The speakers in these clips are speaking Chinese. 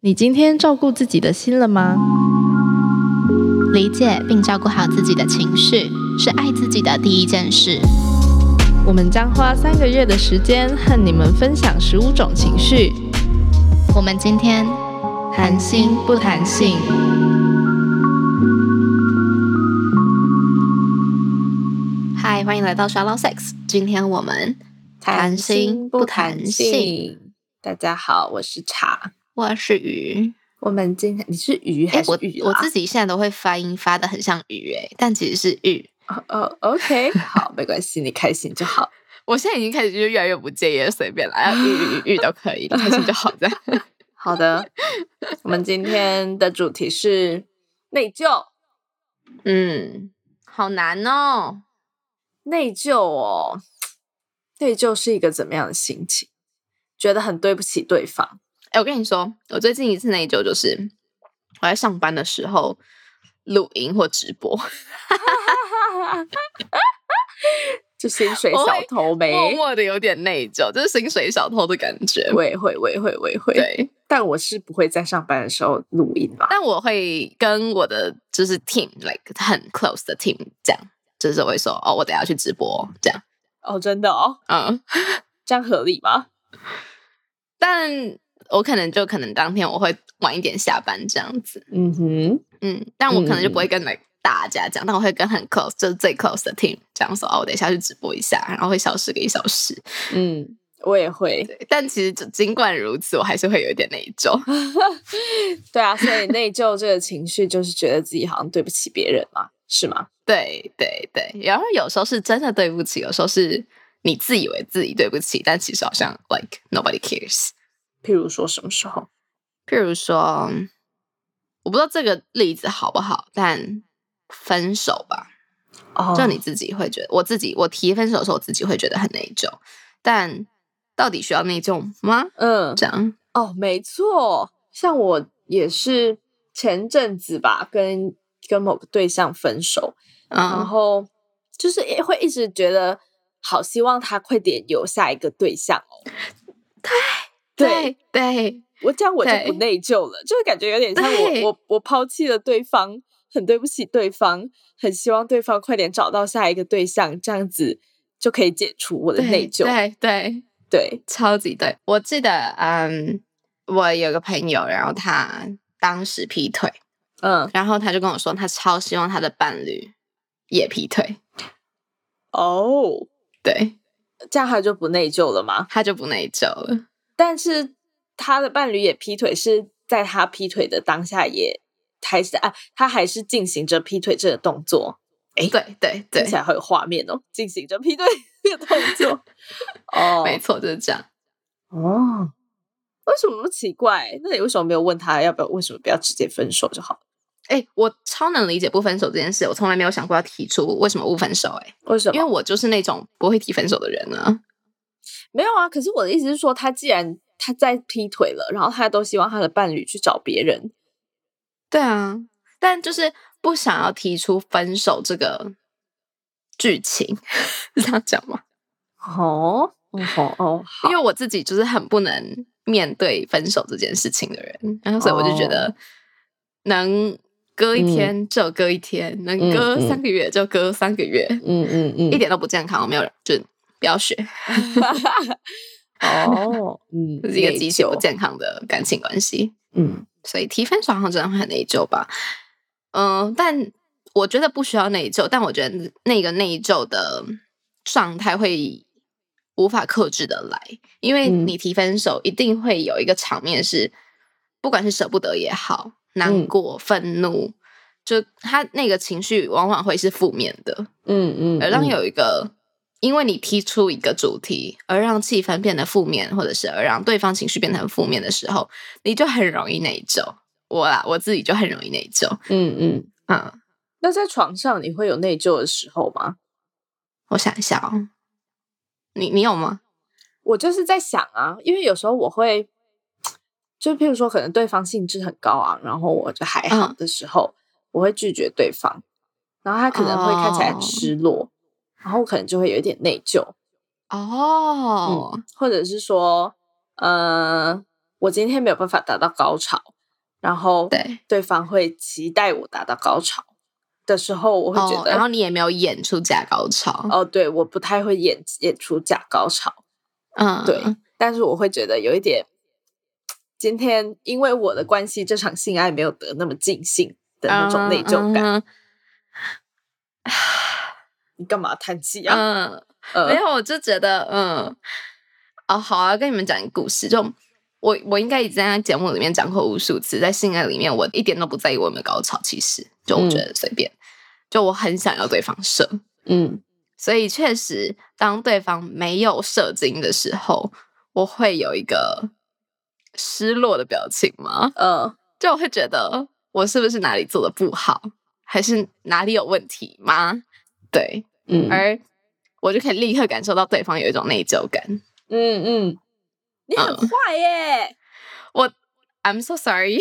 你今天照顾自己的心了吗？理解并照顾好自己的情绪，是爱自己的第一件事。我们将花三个月的时间和你们分享十五种情绪，我们今天谈心不谈性。嗨，欢迎来到刷捞 sex。今天我们谈心不谈性。大家好，我是茶。我是鱼，我们今天你是鱼还哎、是我鱼、啊我自己现在都会发音发的很像鱼、哎，但其实是玉。哦哦，OK，好， 没关系，你开心就好。我现在已经开始就是越来越不介意了，随便来，玉玉玉都可以，开心就好这样。 好的，我们今天的主题是内疚。嗯，好难哦。内疚哦，内疚是一个怎么样的心情？觉得很对不起对方。哎、我跟你说，我最近一次内疚就是我在上班的时候录音或直播，就薪水小偷呗。默默的有点内疚，就是薪水小偷的感觉。会会会会会会，对，但我是不会在上班的时候录音啦。但我会跟我的就是 team like 很 close 的 team 这样，就是我会说哦，我等一下去直播这样，哦，真的哦，嗯，这样合理吗？但我可能就可能当天我会晚一点下班这样子，嗯哼，嗯，但我可能就不会跟 like 大家讲，但我会跟很 close 就是最 close 的 team 讲说哦，我等一下去直播一下，然后会消失个一小时。嗯，我也会。对，但其实就尽管如此，我还是会有一点内疚。对啊，所以内疚这个情绪就是觉得自己好像对不起别人嘛，是吗？ 对对对，然后有时候是真的对不起，有时候是你自以为自己对不起，但其实好像 like nobody cares。譬如说什么时候？譬如说，我不知道这个例子好不好，但分手吧，哦就你自己会觉得，我自己我提分手的时候，我自己会觉得很内疚，但到底需要内疚吗？嗯，这样，哦，没错，像我也是前阵子吧，跟跟某个对象分手，然嗯，后就是也会一直觉得好希望他快点有下一个对象哦。对，对对我这样我就不对内疚了，就是感觉有点像对我我我抛弃了对方，很对不起对方，很希望对方快点找到下一个对象，这样子就可以解除我的对内疚。对对，对，超级对。我记得，嗯，我有个朋友，然后他当时劈腿，嗯，然后他就跟我说，他超希望他的伴侣也劈腿，哦，对，这样他就不内疚了吗？他就不内疚了。但是他的伴侣也劈腿，是在他劈腿的当下也还是啊，他还是进行着劈腿这个动作。诶对对听对起，来好有画面哦，进行着劈腿 这个动作。哦 没错，就是这样。哦，为什么那么奇怪？那你为什么没有问他要不要？为什么不要直接分手就好了？哎、我超能理解不分手这件事，我从来没有想过要提出为什么不分手、哎，为什因为么？我就是那种不会提分手的人啊。没有啊。可是我的意思是说，他既然他在劈腿了，然后他都希望他的伴侣去找别人，对啊，但就是不想要提出分手这个剧情， 是这样讲吗？哦，哦哦，好因为我自己就是很不能面对分手这件事情的人，然后所以我就觉哦得能隔一天就隔一天，能隔嗯嗯嗯三个月就隔三个月，嗯嗯嗯一点都不健康。我没有就不要学，哦，嗯， 这是一个极其内疚不健康的感情关系。嗯所以提分手好像真的会很内疚吧？嗯、但我觉得不需要内疚，但我觉得那个内疚的状态会无法克制的来，因为嗯你提分手一定会有一个场面是，不管是舍不得也好，难嗯过、愤怒，就他那个情绪往往会是负面的，嗯嗯，而让嗯有一个。因为你提出一个主题，而让气氛变得负面，或者是而让对方情绪变得很负面的时候，你就很容易内疚。我啦，我自己就很容易内疚。嗯嗯。嗯，那在床上你会有内疚的时候吗？我想一下哦，你你有吗？我就是在想啊，因为有时候我会，就譬如说，可能对方兴致很高昂，然后我就还好嗯的时候，我会拒绝对方，然后他可能会看起来哦很失落，然后我可能就会有一点内疚，哦，嗯或者是说，呃，我今天没有办法达到高潮，然后对对方会期待我达到高潮的时候，我会觉哦，得然后你也没有演出假高潮，哦，对，我不太会演演出假高潮，嗯，对，但是我会觉得有一点，今天因为我的关系，这场性爱没有得那么尽兴的那种内疚感。嗯。嗯你干嘛叹气啊？嗯没呃，有，我就觉得，嗯，哦，好啊，跟你们讲一个故事。就我，我应该已经在节目里面讲过无数次，在性爱里面，我一点都不在意我有没有高潮。其实，就我觉得随便，就我很想要对方射，嗯所以确实，当对方没有射精的时候，我会有一个失落的表情嘛，呃，就我会觉得我是不是哪里做的不好，还是哪里有问题吗？对，嗯嗯而我就可以立刻感受到对方有一种内疚感。嗯，你很嗯坏耶！我 I'm so sorry，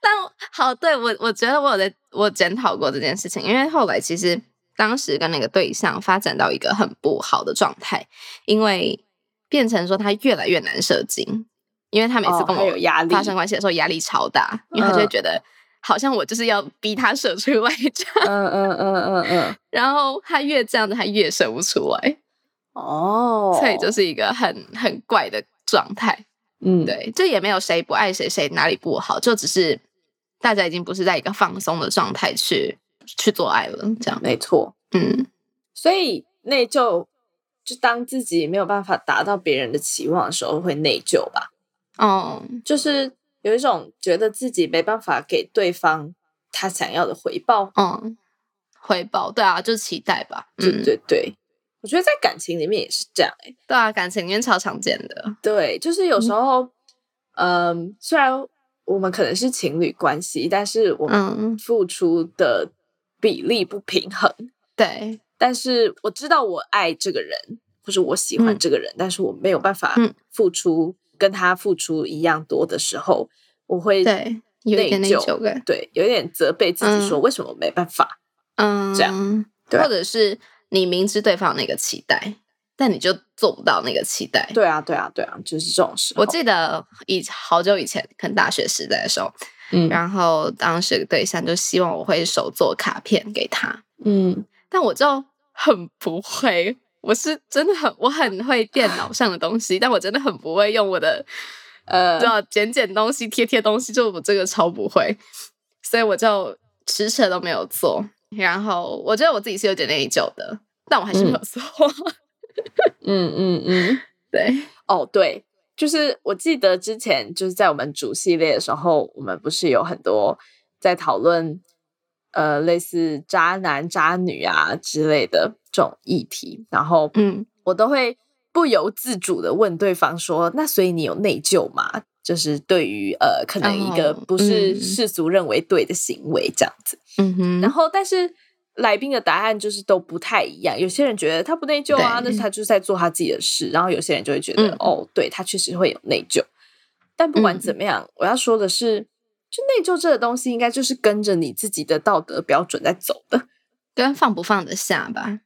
但好，对我我觉得我有在我检讨过这件事情，因为后来其实当时跟那个对象发展到一个很不好的状态，因为变成说他越来越难射精，因为他每次哦跟他我有压力发生关系的时候压力超大，因为他就会嗯觉得好像我就是要逼他射出来这样，嗯嗯嗯嗯嗯，然后他越这样子，他越射不出来。哦， 所以就是一个很很怪的状态。嗯，对，这也没有谁不爱谁，谁哪里不好，就只是大家已经不是在一个放松的状态去去做爱了，这样。没错。嗯，所以内疚，就当自己没有办法达到别人的期望的时候，会内疚吧。哦，就是有一种觉得自己没办法给对方他想要的回报。嗯，回报对啊，就期待吧。对嗯，对对，我觉得在感情里面也是这样、欸。对啊，感情里面超常见的。对，就是有时候，嗯、虽然我们可能是情侣关系，但是我们嗯，付出的比例不平衡。对，但是我知道我爱这个人，或者我喜欢嗯这个人，但是我没有办法嗯付出、跟他付出一样多的时候，我会对，嗯有一点内疚感。对有点责备自己，说为什么没办法？嗯，这样，对啊或者是你明知对方有那个期待，但你就做不到那个期待。对啊，对啊，对啊，就是这种时候。我记得以好久以前，可能大学时代的时候，嗯然后当时的对象就希望我会手做卡片给他，嗯但我就很不会，我是真的很我很会电脑上的东西，但我真的很不会用我的呃就要剪剪东西、贴贴东西，就我这个超不会，所以我就迟迟都没有做。然后我觉得我自己是有点内疚的，但我还是没有做。 嗯嗯嗯，对，哦对，就是我记得之前就是在我们主系列的时候，我们不是有很多在讨论呃类似渣男渣女啊之类的这种议题，然后嗯，我都会不由自主的问对方说：“那所以你有内疚吗？”就是对于呃可能一个哦不是嗯世俗认为对的行为这样子。嗯哼，然后，但是来宾的答案就是都不太一样。有些人觉得他不内疚啊，对那是他就是在做他自己的事。然后有些人就会觉得，嗯哦，对他确实会有内疚。但不管嗯怎么样，我要说的是，就内疚这个东西，应该就是跟着你自己的道德标准在走的，跟放不放得下吧。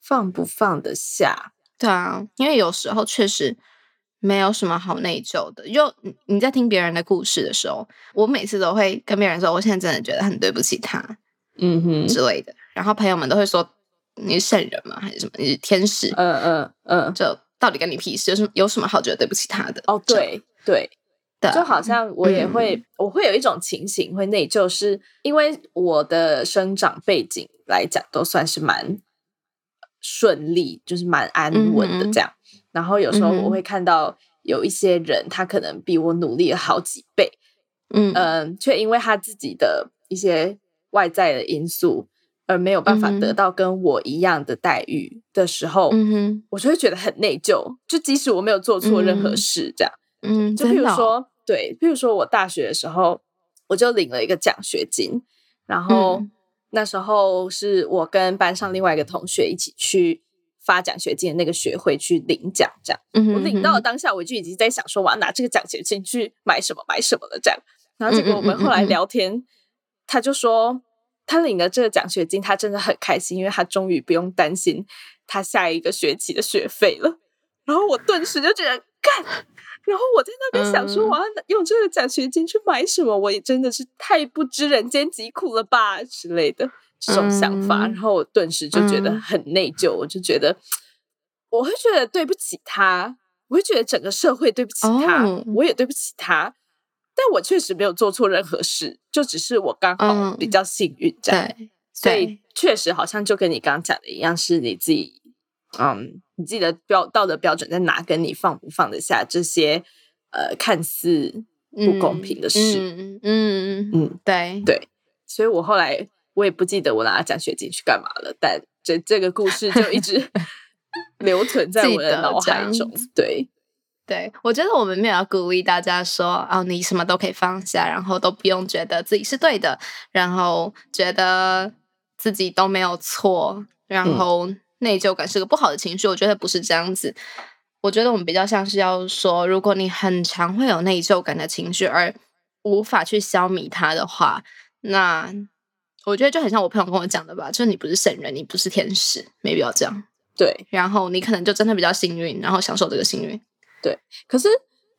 放不放得下？对啊，因为有时候确实没有什么好内疚的。就你你在听别人的故事的时候，我每次都会跟别人说，我现在真的觉得很对不起他嗯哼，之类的。然后朋友们都会说，你是圣人吗？还是什么？你是天使？嗯嗯嗯，就到底跟你屁事？有什么有什么好觉得对不起他的？哦，这样对对，对啊，就好像我也会，嗯我会有一种情形会内疚，是因为我的生长背景来讲都算是蛮顺利，就是蛮安稳的这样。然后有时候嗯我哼会看到有一些人，他可能比我努力了好几倍，嗯嗯，却因为他自己的一些外在的因素而没有办法嗯哼得到跟我一样的待遇的时候，嗯哼我就会觉得很内疚。就即使我没有做错任何嗯事，这样。嗯，就譬真如的哦，说，对，譬如说我大学的时候，我就领了一个奖学金，然后、嗯那时候是我跟班上另外一个同学一起去发奖学金的那个学会去领奖，这样。嗯哼我领到的嗯哼当下，我就已经在想说，我要拿这个奖学金去买什么买什么了，这样。然后结果我们后来嗯嗯嗯嗯嗯聊天，他就说他领了这个奖学金，他真的很开心，因为他终于不用担心他下一个学期的学费了。然后我顿时就觉得，干，然后我在那边想说，嗯我要拿用这个奖学金去买什么？我也真的是太不知人间疾苦了吧之类的这种想法。嗯然后我顿时就觉得嗯很内疚，我就觉得我会觉得对不起他，我会觉得整个社会对不起他，哦我也对不起他。但我确实没有做错任何事，就只是我刚好嗯比较幸运这样。对，所以对确实好像就跟你刚刚讲的一样，是你自己，嗯，你自己的标道德标准在哪，跟你放不放得下这些，呃，看似不公平的事。嗯嗯嗯，嗯，对对所以我后来我也不记得我拿奖学金去干嘛了，但这这个故事就一 直留存在我记得的脑这海样中。对，对，我觉得我们没有要鼓励大家说哦，你什么都可以放下，然后都不用觉得自己是对的，然后觉得自己都没有错，然嗯后内疚感是个不好的情绪。我觉得不是这样子，我觉得我们比较像是要说，如果你很常会有内疚感的情绪而无法去消弭它的话，那我觉得就很像我朋友跟我讲的吧，就是你不是圣人，你不是天使，没必要这样。对。然后你可能就真的比较幸运，然后享受这个幸运。可是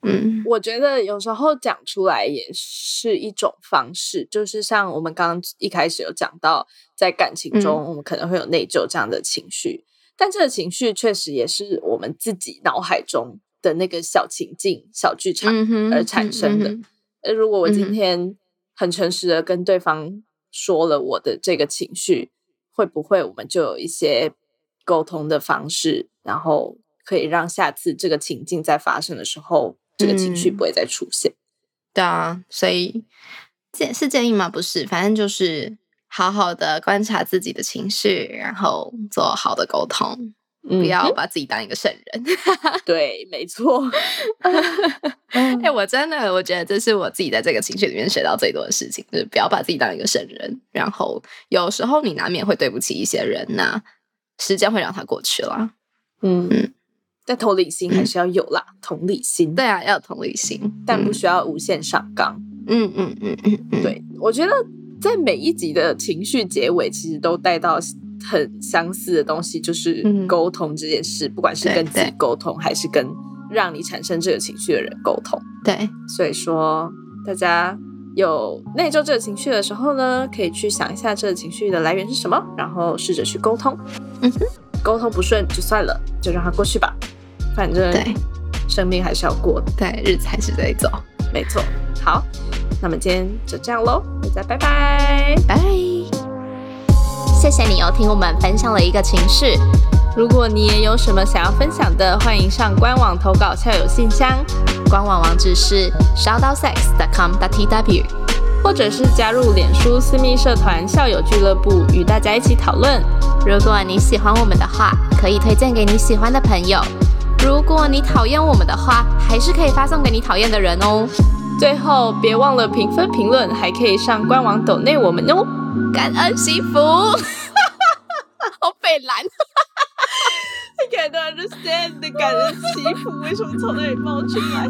嗯，我觉得有时候讲出来也是一种方式，就是像我们刚刚一开始有讲到，在感情嗯中我们可能会有内疚这样的情绪，但这个情绪确实也是我们自己脑海中的那个小情境、小剧场。嗯哼而产生的嗯哼呃，如果我嗯今哼天很诚实的跟对方说了我的这个情绪，会不会我们就有一些沟通的方式，然后可以让下次这个情境再发生的时候，这个情绪嗯不会再出现。对啊，所以建是建议吗？不是，反正就是好好的观察自己的情绪，然后做好的沟通，不不 要把自己当一个圣人。 对，没错。哎、我真的，我觉得这是我自己在这个情绪里面学到最多的事情，就是不要把自己当一个圣人。然后有时候你难免会对不起一些人呐、时间会让它过去了。嗯嗯但同理心还是要有啦，同理心，对，啊，要有同理心。但不需要无限上纲。嗯嗯嗯嗯嗯，对我觉得在每一集的情绪结尾，其实都带到很相似的东西，就是嗯沟通这件事，不管是对跟自己对沟通，还是跟让你产生这个情绪的人沟通。对，所以说，大家有内疚这个情绪的时候呢，可以去想一下这个情绪的来源是什么，然后试着去沟通。嗯哼，沟通不顺就算了，就让它过去吧，反正对生命还是要过的，对，日子还是得走。没错。好，那么今天就这样喽，大家拜拜。拜。谢谢你又哦听我们分享了一个情绪。如果你也有什么想要分享的，欢迎上官网投稿校友信箱，官网网址是 shoutdownsex.com.tw。或者是加入脸书私密社团校友俱乐部，与大家一起讨论。如果你喜欢我们的话，可以推荐给你喜欢的朋友；如果你讨厌我们的话，还是可以发送给你讨厌的人哦。最后别忘了评分评论，还可以上官网抖内我们哦。感恩惜福， 好北蓝。I can't understand 的感人祈福为什么从那里冒出来？